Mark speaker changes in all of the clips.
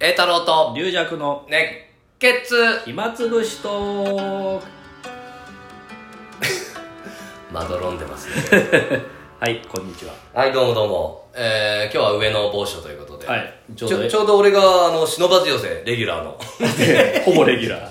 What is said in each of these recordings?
Speaker 1: 栄太郎と
Speaker 2: 龍尺の
Speaker 1: 熱血
Speaker 2: 暇つぶしと
Speaker 1: まどろんでますね
Speaker 2: はいこんにちは
Speaker 1: はいどうもどうも、えー、今日は上野某所ということで、
Speaker 2: はい
Speaker 1: ち
Speaker 2: ち
Speaker 1: ょ
Speaker 2: ょ
Speaker 1: ち
Speaker 2: う
Speaker 1: ょ
Speaker 2: ど
Speaker 1: うど俺があの忍ばず寄せレギュラー の
Speaker 2: ほぼレギュラー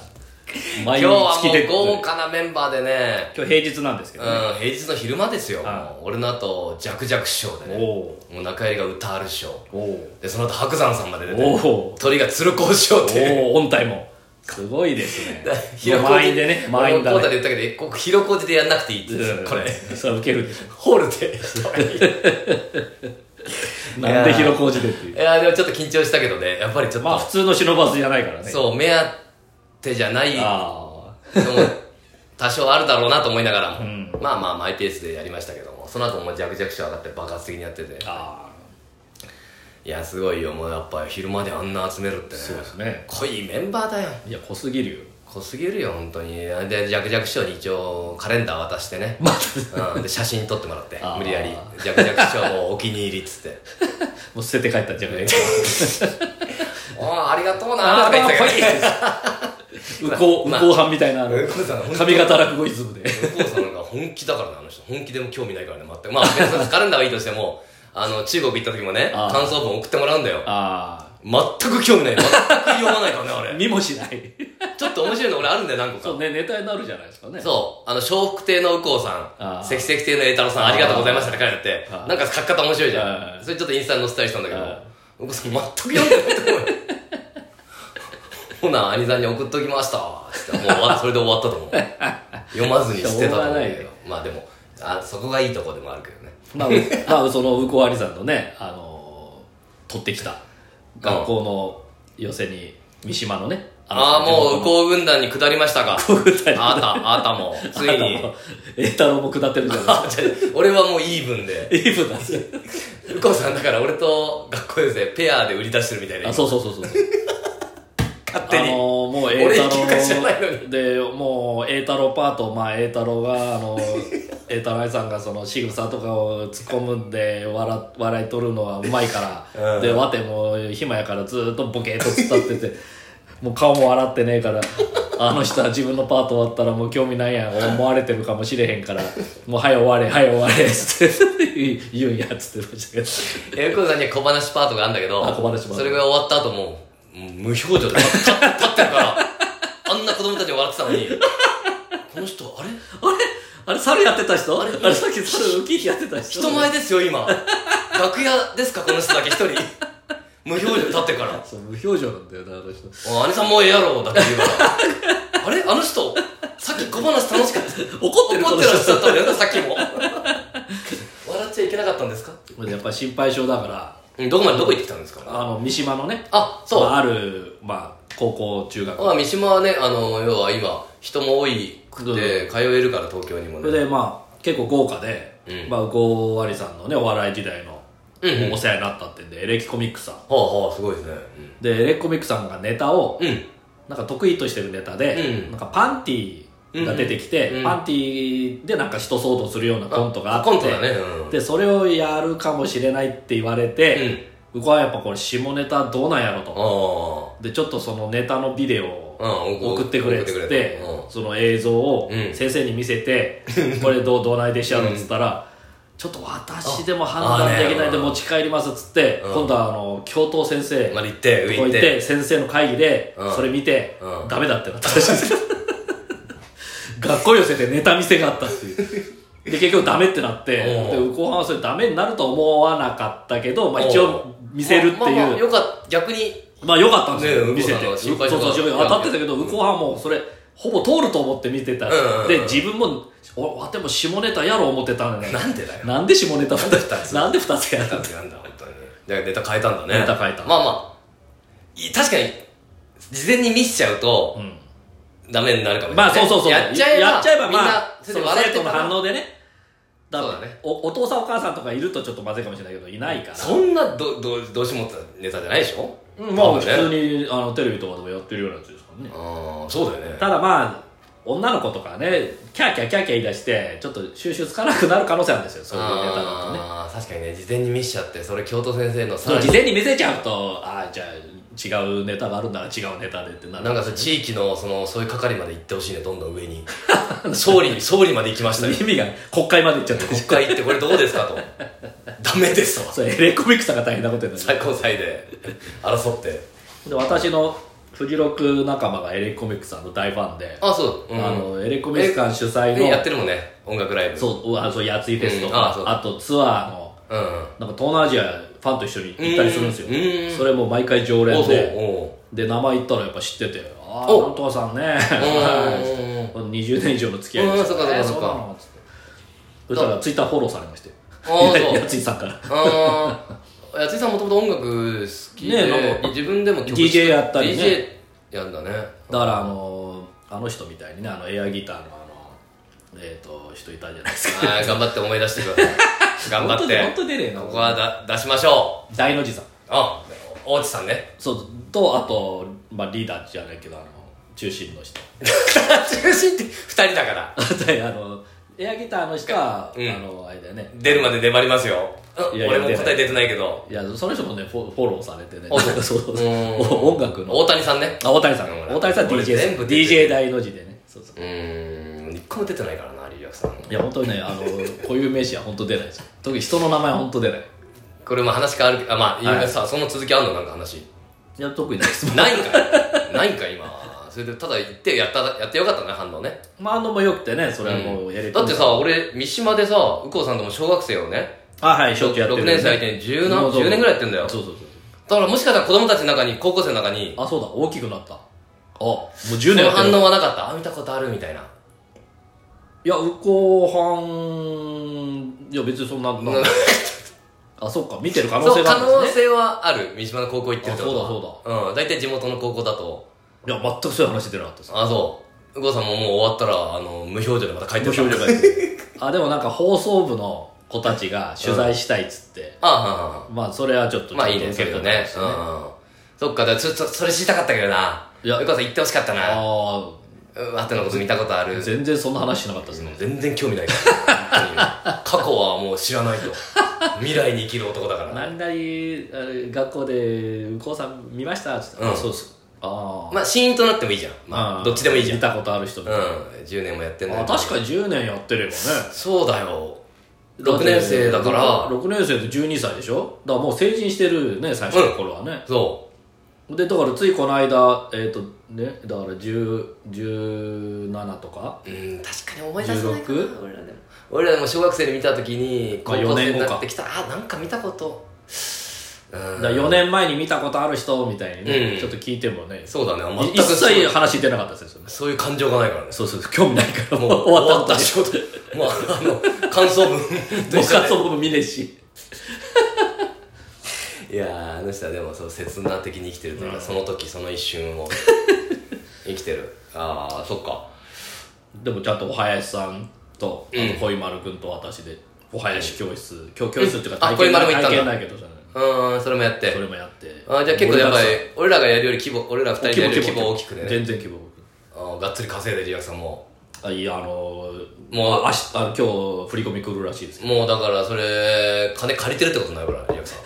Speaker 1: 今
Speaker 2: 毎
Speaker 1: 日は
Speaker 2: 来てくれ
Speaker 1: もう
Speaker 2: る
Speaker 1: 豪華なメンバーでね、
Speaker 2: 今日平日なんですけ
Speaker 1: うん
Speaker 2: ど、ね、、
Speaker 1: 平日の昼間ですよ、
Speaker 2: は
Speaker 1: もう俺の後ジャクジャク師匠でね
Speaker 2: お
Speaker 1: もう中入りが歌ある師匠
Speaker 2: おお
Speaker 1: でその後白山さんまで出
Speaker 2: お
Speaker 1: て
Speaker 2: お
Speaker 1: 鳥が鶴光師匠っていう
Speaker 2: おお音体もすごいですね
Speaker 1: 広小路
Speaker 2: 満員でね満員
Speaker 1: 俺もコータ
Speaker 2: だ
Speaker 1: で言
Speaker 2: ね
Speaker 1: ったけどここ広小路でやんなくていいって言って
Speaker 2: うん
Speaker 1: たこれ
Speaker 2: それはウケるでし
Speaker 1: ホールで
Speaker 2: ょなんで広小路でってい
Speaker 1: いうやーでもちょっと緊張したけどねやっぱりちょっと、
Speaker 2: まあ普通の忍ばずじゃないからねう
Speaker 1: そう、目当てじゃないのも
Speaker 2: あ
Speaker 1: 多少あるだろうなと思いながらも、
Speaker 2: うん
Speaker 1: まあまあマイペースでやりましたけども、その後もジャクジャクショー上がって爆発的にやってて、
Speaker 2: ーあ
Speaker 1: いや、すごいよ、もうやっぱ昼まであんな集めるって
Speaker 2: ー
Speaker 1: ね、
Speaker 2: そうですね
Speaker 1: 濃いメンバーだよ。
Speaker 2: いや濃すぎるよ
Speaker 1: 濃すぎるよ、本当に。で、ジャクジャクショーに一応カレンダー渡してね、
Speaker 2: ま
Speaker 1: うん、で写真撮ってもらって
Speaker 2: あ、ー
Speaker 1: 無理やり、ジャクジャクショーお気に入りっつって、
Speaker 2: もう捨てて帰ったんじ ゃないか
Speaker 1: おー、ありがとうなーとか言ってたけど、
Speaker 2: 右向右向犯みたいなあの
Speaker 1: 右向さん本当
Speaker 2: 髪型落語イズムで
Speaker 1: お父さんが本気だからねあの人本気でも興味ないからね全くまあ別にカレンダーはいいとしてもあの中国行った時もね
Speaker 2: ああ
Speaker 1: 感想文送ってもらうんだよ
Speaker 2: あ
Speaker 1: 全く興味ない全く読まないからねあ
Speaker 2: あ
Speaker 1: れ
Speaker 2: 見もしない
Speaker 1: ちょっと面白いの俺あるんだよ何個か
Speaker 2: そうねネタになるじゃないですかね
Speaker 1: そうあの笑福亭の右近さ
Speaker 2: あ
Speaker 1: ん
Speaker 2: あ
Speaker 1: 関石亭の栄太郎さんありがとうございましたって書いてあって
Speaker 2: ああ
Speaker 1: なんか書き方面白いじ
Speaker 2: あ
Speaker 1: ゃん
Speaker 2: あ
Speaker 1: それちょっとインスタに載せたりしたんだけど
Speaker 2: ああ
Speaker 1: 右近さん全く読んでないと思うよほな兄さんに送っときましたつってもう終わそれで終わったと思う読まずに捨てたと思う
Speaker 2: しょう
Speaker 1: け
Speaker 2: がない
Speaker 1: ど
Speaker 2: よ
Speaker 1: まあでもあそこがいいとこでもあるけどね
Speaker 2: まあ、うまあ、その向こうありさんのね、あのー取ってきた学校の寄せに三島のね
Speaker 1: ああ、もう、
Speaker 2: う
Speaker 1: こう軍団に下りましたか。あなた、あなたも、ついに。
Speaker 2: 栄太郎も下ってるじゃない
Speaker 1: あじゃあ俺はもうイーブンで。
Speaker 2: ですかイブなんですよ
Speaker 1: 右近さんだから俺と学校ですね、ペアで売り出してるみたいな。
Speaker 2: あそうそうそうそう
Speaker 1: 勝
Speaker 2: あ
Speaker 1: 手
Speaker 2: の
Speaker 1: に。
Speaker 2: ーもう栄太
Speaker 1: 俺行くか知らないの
Speaker 2: 郎でもう栄太郎パートまあ栄太郎があのー栄太郎愛さんがその仕草とかを突っ込むんで笑笑い取るのはうまいから、
Speaker 1: うん
Speaker 2: でワテも暇やからずっとボケーっと突っ立っててもう顔も笑ってねえからあの人は自分のパート終わったらもう興味ないやん思われてるかもしれへんからもう早終われ早終われっつって言うんやっつってましたけど
Speaker 1: え右近さんには小話パートがあるんだけど、
Speaker 2: あ小話パート
Speaker 1: それが終わった後も、もう無表情で立ってるから、 あんな子供たちが笑ってたのに、この人、あれ
Speaker 2: あれあれ猿やってた人あれさっき猿ウキやってた人
Speaker 1: 人前ですよ、今。楽屋ですか、この人だけ一人。無表情で立ってるから。
Speaker 2: そう無表情なんだよなあの人
Speaker 1: お姉さんもうええやろだって言うから。あれあの人、さっき小話楽しかった。
Speaker 2: 怒ってる
Speaker 1: 怒
Speaker 2: こ
Speaker 1: っ
Speaker 2: の
Speaker 1: てら
Speaker 2: 人
Speaker 1: っしゃったんだよね、さっきも。笑っちゃいけなかったんですか
Speaker 2: やっぱ心配性だから
Speaker 1: うんどこまでどこ行ってきたんですか
Speaker 2: あの三島のね
Speaker 1: あ、そう。
Speaker 2: まあ、ある、まあ、高校中学
Speaker 1: まあ、三島はね、あの、要は今、人も多いくて、通えるから東京にも
Speaker 2: そ
Speaker 1: ね。
Speaker 2: れでまあ結構豪華で、
Speaker 1: うん
Speaker 2: まあ郷割さんのねお笑い時代の、
Speaker 1: うんうん
Speaker 2: お世話になったってんでエレキコミックさん
Speaker 1: はあはあ、すごいですね。
Speaker 2: でエレキコミックさんがネタを
Speaker 1: うん。うん。
Speaker 2: なんか得意としてるネタで、
Speaker 1: うん
Speaker 2: なんかパンティーが出てきて、
Speaker 1: うんうん
Speaker 2: パンティーでなんか人騒動するようなコントがあって
Speaker 1: コントだね。うん。
Speaker 2: でそれをやるかもしれないって言われて、僕はやっぱこれ下ネタどうなんやろと、
Speaker 1: あ
Speaker 2: でちょっとそのネタのビデオを
Speaker 1: あ。うん、
Speaker 2: 送ってくれっつって
Speaker 1: う
Speaker 2: その映像を
Speaker 1: うん
Speaker 2: 先生に見せて、これどうどうないでしやろっつったら、ちょっと私でも判断できないんで
Speaker 1: ああね
Speaker 2: 持ち帰りますっつって、
Speaker 1: うん
Speaker 2: 今度はあの教頭先生
Speaker 1: ん。まあ、行って、上
Speaker 2: こ
Speaker 1: 行
Speaker 2: う
Speaker 1: っ。
Speaker 2: 言ってて先生の会議で
Speaker 1: うん
Speaker 2: それ見て、
Speaker 1: うん
Speaker 2: ダメだってなったらしいです 学校寄せでネタ見せがあったっていうで結局ダメってなってで
Speaker 1: お
Speaker 2: 後半はそれダメになるとは思わなかったけど、まあ、一応見せるっていう、
Speaker 1: まあまあまあよかった、逆に。
Speaker 2: まあ良かったんですよ、
Speaker 1: ねえ
Speaker 2: 見せて。
Speaker 1: 右近さん
Speaker 2: そう
Speaker 1: が心配
Speaker 2: そ
Speaker 1: と
Speaker 2: う
Speaker 1: か
Speaker 2: 心配当たってたけど、向こうはもうそれ、ほぼ通ると思って見てた。
Speaker 1: うんうん
Speaker 2: で、自分も、おわても下ネタやろ思ってたんだよね。
Speaker 1: なんでだよ。
Speaker 2: なんで下ネタ
Speaker 1: なんで二つ
Speaker 2: なんで二つやる
Speaker 1: なんだなんだ本当にだからネタ変えたんだね
Speaker 2: ネタ変えた
Speaker 1: まあまあい確かに事前に見せちゃうと
Speaker 2: うん
Speaker 1: ダメになるかもしれない
Speaker 2: まあそうそうそう。
Speaker 1: やっちゃえば
Speaker 2: やっちゃえば
Speaker 1: みんな
Speaker 2: まあ、
Speaker 1: そ
Speaker 2: そ
Speaker 1: れ
Speaker 2: の
Speaker 1: で笑
Speaker 2: 生
Speaker 1: って
Speaker 2: 徒
Speaker 1: た
Speaker 2: の
Speaker 1: ら
Speaker 2: 反応でね。だ
Speaker 1: そうだね
Speaker 2: おお父さんお母さんとかいるとちょっとまずいかもしれないけど、いないから。
Speaker 1: そんなどどどうしようもってネタじゃないでしょ
Speaker 2: うんまあ、普
Speaker 1: 多分
Speaker 2: 通
Speaker 1: ね
Speaker 2: にあのテレビとかでもやってるようなやつですからね。
Speaker 1: ああそうだよね
Speaker 2: ただまあ、女の子とかね、キャーキャーキャーキャー言い出して、ちょっと収集つかなくなる可能性あるんですよ、そういうネタだとね。
Speaker 1: ああ確かにね事前に見せちゃってそれ教頭先生のさ
Speaker 2: そう
Speaker 1: らに
Speaker 2: 事前に見せちゃうとああじゃあ違うネタがあるなら違うネタでってなる
Speaker 1: なんかそれ地域のそのそういう係まで行ってほしいねどんどん上 に総理に総理まで行きましたよ
Speaker 2: 意味が国会まで行っちゃって
Speaker 1: 国会行ってこれどうですか とダメですわ
Speaker 2: それエレコミックさんが大変なことになる
Speaker 1: 最高裁で争って
Speaker 2: で私のフジロック仲間がエレコミックさんの大ファンで、
Speaker 1: あそう、うん、
Speaker 2: あのエレコミックさん主催
Speaker 1: ねやっ
Speaker 2: の
Speaker 1: てるもんね音楽ライブ
Speaker 2: そうあそうやついフェスと
Speaker 1: うん
Speaker 2: か
Speaker 1: あ、そう
Speaker 2: あとツアーの
Speaker 1: うんうん
Speaker 2: なんか東南アジアファンと一緒に行ったりするんですよ、
Speaker 1: うん
Speaker 2: それも毎回常
Speaker 1: おう
Speaker 2: 連
Speaker 1: そう
Speaker 2: で
Speaker 1: おう
Speaker 2: で名前言ったらやっぱ知ってて「ああ
Speaker 1: お
Speaker 2: なんとかさんね」
Speaker 1: う
Speaker 2: 20年以上の付き合いでした
Speaker 1: うんそっかそっかそっか
Speaker 2: そうなのつってそしたらツイッターフォローされまして
Speaker 1: あーそう
Speaker 2: やついさんから
Speaker 1: ああやついさんもともと音楽好きで、
Speaker 2: ねえなんか
Speaker 1: 自分でも
Speaker 2: DJ やったりね
Speaker 1: DJ やんだね
Speaker 2: だからあのーあの人みたいにねあのエアギターのあのえっ、と人いたじゃないですか
Speaker 1: あー頑張って思い出してく ださい頑張って
Speaker 2: 本当出ねえな
Speaker 1: ここはだ出しましょう
Speaker 2: 大の字さん
Speaker 1: あ大内さんね
Speaker 2: そうとあと、まあ、リーダーじゃないけどあの中心 の人
Speaker 1: 中心って二人だから
Speaker 2: であのエアギターの人は、
Speaker 1: うん
Speaker 2: あのあれだよね
Speaker 1: 出るまで粘りますようん
Speaker 2: いやいや
Speaker 1: 俺も答え出てないけど
Speaker 2: いやその人もねフォフォローされてね
Speaker 1: あ そう
Speaker 2: そうそうそう
Speaker 1: うん
Speaker 2: お音楽の
Speaker 1: 大谷さんね
Speaker 2: あ大谷さん
Speaker 1: うん
Speaker 2: 大谷さん
Speaker 1: 俺
Speaker 2: DJ
Speaker 1: 全部出てる
Speaker 2: DJ 大の字でねそうそ
Speaker 1: う
Speaker 2: う
Speaker 1: ーん一個も出てないからなリリアクさん
Speaker 2: いや本当にねあのこういう名詞は本当出ないですよ特に人の名前は本当出ない
Speaker 1: これも話変わるけどあまあ、今さその続きあんのなんか話
Speaker 2: いや特にないです
Speaker 1: ないんかいないんか今それでただ行ってやったやってよかったね反応ね
Speaker 2: まああのもよくてねそれはもうやり
Speaker 1: だってさ俺三島でさ右近さんとも小学生をね
Speaker 2: あはいしょっちゅうやって
Speaker 1: 6
Speaker 2: る、
Speaker 1: 年生相手に 10, 何
Speaker 2: そうそう
Speaker 1: 10年ぐらいやってんだよ
Speaker 2: そうそうそう
Speaker 1: だからもしかしたら子供たちの中に高校生の中に
Speaker 2: あそうだ大きくなったあもう
Speaker 1: そ
Speaker 2: 10年
Speaker 1: の
Speaker 2: やって
Speaker 1: 反
Speaker 2: る
Speaker 1: 応はなかったあ見たことあるみたいない
Speaker 2: や右後半いや別にそんなな
Speaker 1: うん
Speaker 2: あそっか見てる可能
Speaker 1: そ
Speaker 2: 性
Speaker 1: う
Speaker 2: が
Speaker 1: 可
Speaker 2: あるん
Speaker 1: 能
Speaker 2: ですね
Speaker 1: 性はある三島の高校行ってるってこと
Speaker 2: あそうだ
Speaker 1: そうだうん大体地元の高校だと
Speaker 2: いや全くそういう話出なかったです
Speaker 1: あそう右近さんももう終わったらあの無表情でまた帰ってた
Speaker 2: が あでもなんか放送部の子たちが取材したいっつって、
Speaker 1: ああは
Speaker 2: まあそれはちょっと
Speaker 1: んまあいいねそ
Speaker 2: ちょっ
Speaker 1: れ
Speaker 2: と
Speaker 1: よ
Speaker 2: 受け取っ
Speaker 1: ね
Speaker 2: たんです
Speaker 1: う
Speaker 2: よね
Speaker 1: んうんそっかだからちょっとそれ知りたかったけどない
Speaker 2: や
Speaker 1: 右近さん行ってほしかったな
Speaker 2: あ
Speaker 1: うんあってのこと見たことある
Speaker 2: あ全然そんな話しなかったですね、
Speaker 1: 全然興味ないから本当に過去はもう知らない と未来に生きる男だから
Speaker 2: 何々あれ学校で右近さん見ましたっつって、
Speaker 1: うん
Speaker 2: あそうっすあー、
Speaker 1: まあシーンとなってもいいじゃん、ま
Speaker 2: あ
Speaker 1: あ、
Speaker 2: ー
Speaker 1: どっちでもいいじゃん
Speaker 2: 見たことある人、
Speaker 1: うん10年もやってんだ
Speaker 2: あ確かに10年やってればね
Speaker 1: そうだよ6年生だから
Speaker 2: 6年生で12歳でしょだからもう成人してるね最初の頃はね、
Speaker 1: そ
Speaker 2: でだからついこの間えっ、とねだから10 17とか
Speaker 1: ううん確かに思い出せないかな
Speaker 2: 16
Speaker 1: 俺らでも俺らでも小学生で見た時に高
Speaker 2: まあ
Speaker 1: 校生
Speaker 2: 四年
Speaker 1: に
Speaker 2: 後か
Speaker 1: なってきたあなんか見たことうん
Speaker 2: だから4年前に見たことある人みたいにね、
Speaker 1: うん
Speaker 2: ちょっと聞いてもね
Speaker 1: そうだね全
Speaker 2: 一
Speaker 1: くそう
Speaker 2: 切話出なかったですよね
Speaker 1: そういう感情がないからね
Speaker 2: そうそう興味ないから
Speaker 1: も
Speaker 2: も
Speaker 1: う
Speaker 2: う
Speaker 1: 終
Speaker 2: 終
Speaker 1: わ
Speaker 2: わ
Speaker 1: っ
Speaker 2: ったた
Speaker 1: 仕事もうあの感想文 と一緒
Speaker 2: 僕
Speaker 1: だ
Speaker 2: は
Speaker 1: ね
Speaker 2: そこも見ねえし
Speaker 1: いやーあの人はでもそう切な的に生きてるというか、その時その一瞬 を生きてるああそっか
Speaker 2: でもちゃんとお林さんとあ
Speaker 1: うん
Speaker 2: と小井丸君と私でお林教室教教室っていう
Speaker 1: あ
Speaker 2: か
Speaker 1: 小井
Speaker 2: 体験
Speaker 1: 丸も行ったんだ
Speaker 2: 体験だけどじゃないう
Speaker 1: ーんそれもやって
Speaker 2: それもやって
Speaker 1: あーじゃあ結構やっぱり
Speaker 2: 盛
Speaker 1: 俺らがやるより規模俺ら二人で
Speaker 2: り
Speaker 1: やる
Speaker 2: 上が
Speaker 1: より
Speaker 2: り規
Speaker 1: 規
Speaker 2: 模
Speaker 1: 模
Speaker 2: 大
Speaker 1: 大
Speaker 2: き
Speaker 1: きく
Speaker 2: く
Speaker 1: ね
Speaker 2: ね全然規模大きく
Speaker 1: あーがっつり稼いでリアクさんも
Speaker 2: あいやあの
Speaker 1: も
Speaker 2: も
Speaker 1: う
Speaker 2: うあしあ今日振り込み来るらしいですよ
Speaker 1: もうだからそれ金借りてるってことになるからリアクさ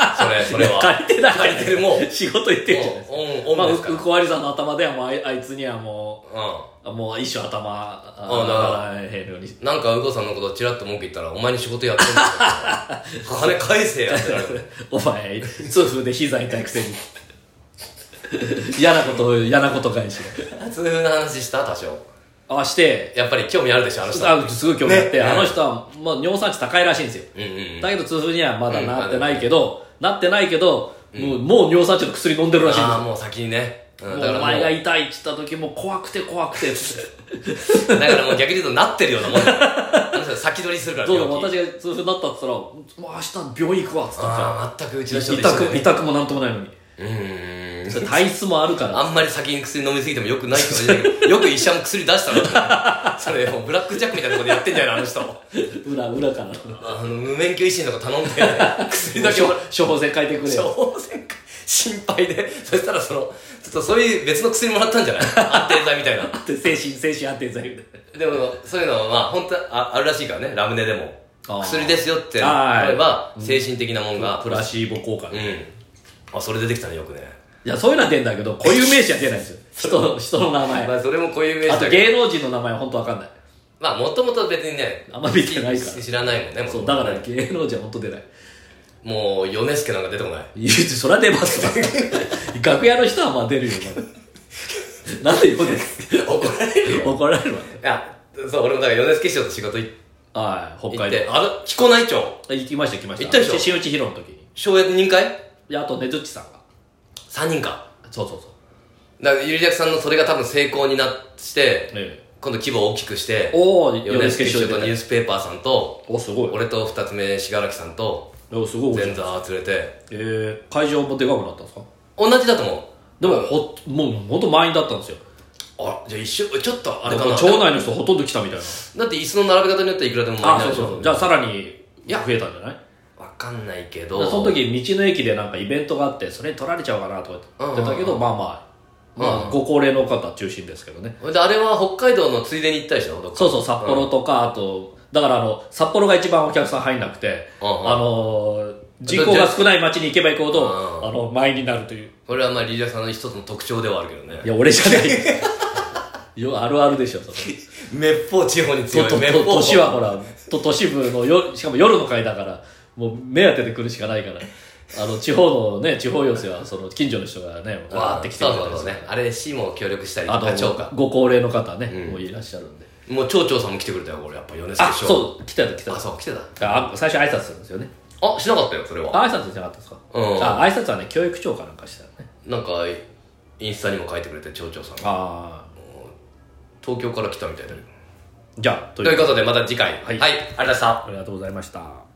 Speaker 1: んそれそ れは
Speaker 2: 借りてない
Speaker 1: 借りてるもう
Speaker 2: 仕事行ってるじゃないですか
Speaker 1: オン
Speaker 2: ま
Speaker 1: オ
Speaker 2: あ
Speaker 1: ン
Speaker 2: う
Speaker 1: ですから、
Speaker 2: うこわりさんの頭ではもうあいあいつにはも
Speaker 1: う
Speaker 2: うあもう一生頭
Speaker 1: あ
Speaker 2: ああへんように
Speaker 1: んなんかうこさんのことちらっと文句言ったらお前に仕事やってんだよ 金返せやってなる
Speaker 2: お前痛風で膝痛いくせに嫌なこと嫌なこと返し
Speaker 1: そういう話した多少
Speaker 2: あして
Speaker 1: やっぱり興味あるでしょあの人
Speaker 2: あすごい興味あって、
Speaker 1: ね
Speaker 2: あの人は、まあ、尿酸値高いらしいんですよ、
Speaker 1: うんうんうん
Speaker 2: だけど痛風にはまだなってないけど、なってないけど、もうもう尿酸値の薬飲んでるらしいんです
Speaker 1: ああ
Speaker 2: よ
Speaker 1: もう先にね、うん、だから
Speaker 2: もうお
Speaker 1: もう
Speaker 2: 前が痛いって言った時もう怖くて怖 くてっつって
Speaker 1: だからもう逆に言うとなってるようなもんだ よあの人先取りするから
Speaker 2: どうも
Speaker 1: 病気
Speaker 2: 私が痛風になったって言ったら「もう明日病院行くわ」っつったんで
Speaker 1: ああ全くうちの
Speaker 2: す
Speaker 1: 人
Speaker 2: よ
Speaker 1: と一
Speaker 2: 痛
Speaker 1: 緒
Speaker 2: く
Speaker 1: で
Speaker 2: 痛くもなんとも ないのに
Speaker 1: うーん
Speaker 2: それ体質もあるから
Speaker 1: あんまり先に薬飲みすぎてもよくないって感じだけど よく医者も薬出したなそれもうブラックジャックみたいなことでやってんじゃないあの人
Speaker 2: 裏裏からの
Speaker 1: あの無免許医師のとか 頼んで薬だけ
Speaker 2: 処
Speaker 1: もら
Speaker 2: 処方箋書いてくれよ
Speaker 1: 当然か心配でそしたらそのちょっとそういう別の薬もらったんじゃない安定剤みたいな
Speaker 2: で精神精神安定剤みたいな
Speaker 1: でもそういうのはまあ本当はああるらしいからねラムネでも
Speaker 2: あー
Speaker 1: 薬ですよって
Speaker 2: あー
Speaker 1: あれば精神的なもんが
Speaker 2: プラシーボ効果
Speaker 1: うんあそれ出てきたねよくね
Speaker 2: いや、そういうのは出んだけど、固有名詞は出ないん ですよ。人の、人 の名前。
Speaker 1: まあそれも固有名詞
Speaker 2: あ
Speaker 1: だ
Speaker 2: と
Speaker 1: けど
Speaker 2: 芸能人の名前は本当わかんない。
Speaker 1: まあもともと別にね
Speaker 2: あんま見てないから
Speaker 1: 知知らないもんね
Speaker 2: そう、
Speaker 1: も
Speaker 2: だから芸能人は本当出ない。
Speaker 1: もう米助なんか出てこない
Speaker 2: いや、そりゃ出ますわ。楽屋の人はまあ出るよ、まだなんで言うです
Speaker 1: 怒られるよ
Speaker 2: 怒られるわ。
Speaker 1: いやそう俺もだから米助師匠と仕事行っ
Speaker 2: はい、北
Speaker 1: 行っ
Speaker 2: 海
Speaker 1: て
Speaker 2: 道。
Speaker 1: あれ彦内町
Speaker 2: 行きました、行きました。
Speaker 1: 行ったでしょ
Speaker 2: 新内広の時に。
Speaker 1: 小役人会
Speaker 2: で、あと、ねずっちさんが。
Speaker 1: 3人か
Speaker 2: そうそうそう。
Speaker 1: だからゆりやくさんのそれが多分成功になして
Speaker 2: え
Speaker 1: 今度規模を大きくして
Speaker 2: おお、
Speaker 1: 米
Speaker 2: 米
Speaker 1: 助
Speaker 2: 助
Speaker 1: 師
Speaker 2: 師
Speaker 1: 匠
Speaker 2: 匠
Speaker 1: とニュー
Speaker 2: で。
Speaker 1: スペーパーさんと
Speaker 2: お、すごい。
Speaker 1: 俺と二つ目信楽さんと
Speaker 2: お、すごい。
Speaker 1: 前座連れて
Speaker 2: えー、会場もでかくなったんですか
Speaker 1: 同じだと思う
Speaker 2: でも、ほ、もう、ほんと満員だったんですよ。
Speaker 1: あじゃあ一緒ちょっとあ
Speaker 2: あ
Speaker 1: れ
Speaker 2: れ
Speaker 1: かな
Speaker 2: 町内の人ほとんど来たみたいな。
Speaker 1: だって椅子の並べ方によっていくらでも
Speaker 2: あ、
Speaker 1: 間
Speaker 2: そう
Speaker 1: に
Speaker 2: そう
Speaker 1: 合
Speaker 2: そうう。
Speaker 1: じ
Speaker 2: じ
Speaker 1: ゃ
Speaker 2: ゃあ、さらに、
Speaker 1: いや
Speaker 2: 増えたんじゃない
Speaker 1: んわかんないけ
Speaker 2: だ
Speaker 1: ど
Speaker 2: からその時、道の駅でなんかイベントがあって、それに取られちゃうかなとか言ってたけど、まあまあ、まあ、ご高齢の方中心ですけどね。
Speaker 1: であれは北海道のついでに行ったでしょどっか
Speaker 2: そうそう、札幌とか、あと、だからあの、札幌が一番お客さん入んなくて、
Speaker 1: うんうん
Speaker 2: あのー、人口が少ない町に行けば行くほ
Speaker 1: う
Speaker 2: ど、あの、前になるという。
Speaker 1: これはまあリーダーさんの一つの特徴ではあるけどね
Speaker 2: いや、俺じゃない。 よ、あるあるでしょ、それ
Speaker 1: 滅法地方に
Speaker 2: と
Speaker 1: 強
Speaker 2: と
Speaker 1: い滅
Speaker 2: と
Speaker 1: 法
Speaker 2: 都市はほらと都市部のよしかも夜の会だからもう目当てで来るしかないからあの地方のね地方寄せはその近所の人がねわ
Speaker 1: わ
Speaker 2: ー
Speaker 1: ー
Speaker 2: っ
Speaker 1: ってて
Speaker 2: 来
Speaker 1: き
Speaker 2: て
Speaker 1: て
Speaker 2: る
Speaker 1: る
Speaker 2: か
Speaker 1: からら
Speaker 2: ですよ
Speaker 1: ねあれ C も協力したりと
Speaker 2: あ
Speaker 1: か超
Speaker 2: と
Speaker 1: か
Speaker 2: ご高齢の方ね、もういらっしゃるんで
Speaker 1: もう町長さんも来てくれたよ俺やっぱ米助
Speaker 2: あ
Speaker 1: 師匠
Speaker 2: そう来てた来て
Speaker 1: あ
Speaker 2: た
Speaker 1: そう来てた
Speaker 2: あ最初挨拶するんですよね
Speaker 1: あしなかったよそれは
Speaker 2: あ挨拶じゃなかったですか、
Speaker 1: うん
Speaker 2: あ挨拶はね教育長かなんかしたよね
Speaker 1: なんかインスタにも書いてくれて町長さんが
Speaker 2: ああ
Speaker 1: 東京から来たみたいだけど
Speaker 2: じゃあと
Speaker 1: という
Speaker 2: う
Speaker 1: ことでまた次回はい、
Speaker 2: い
Speaker 1: ありがとうございました
Speaker 2: ありがとうございました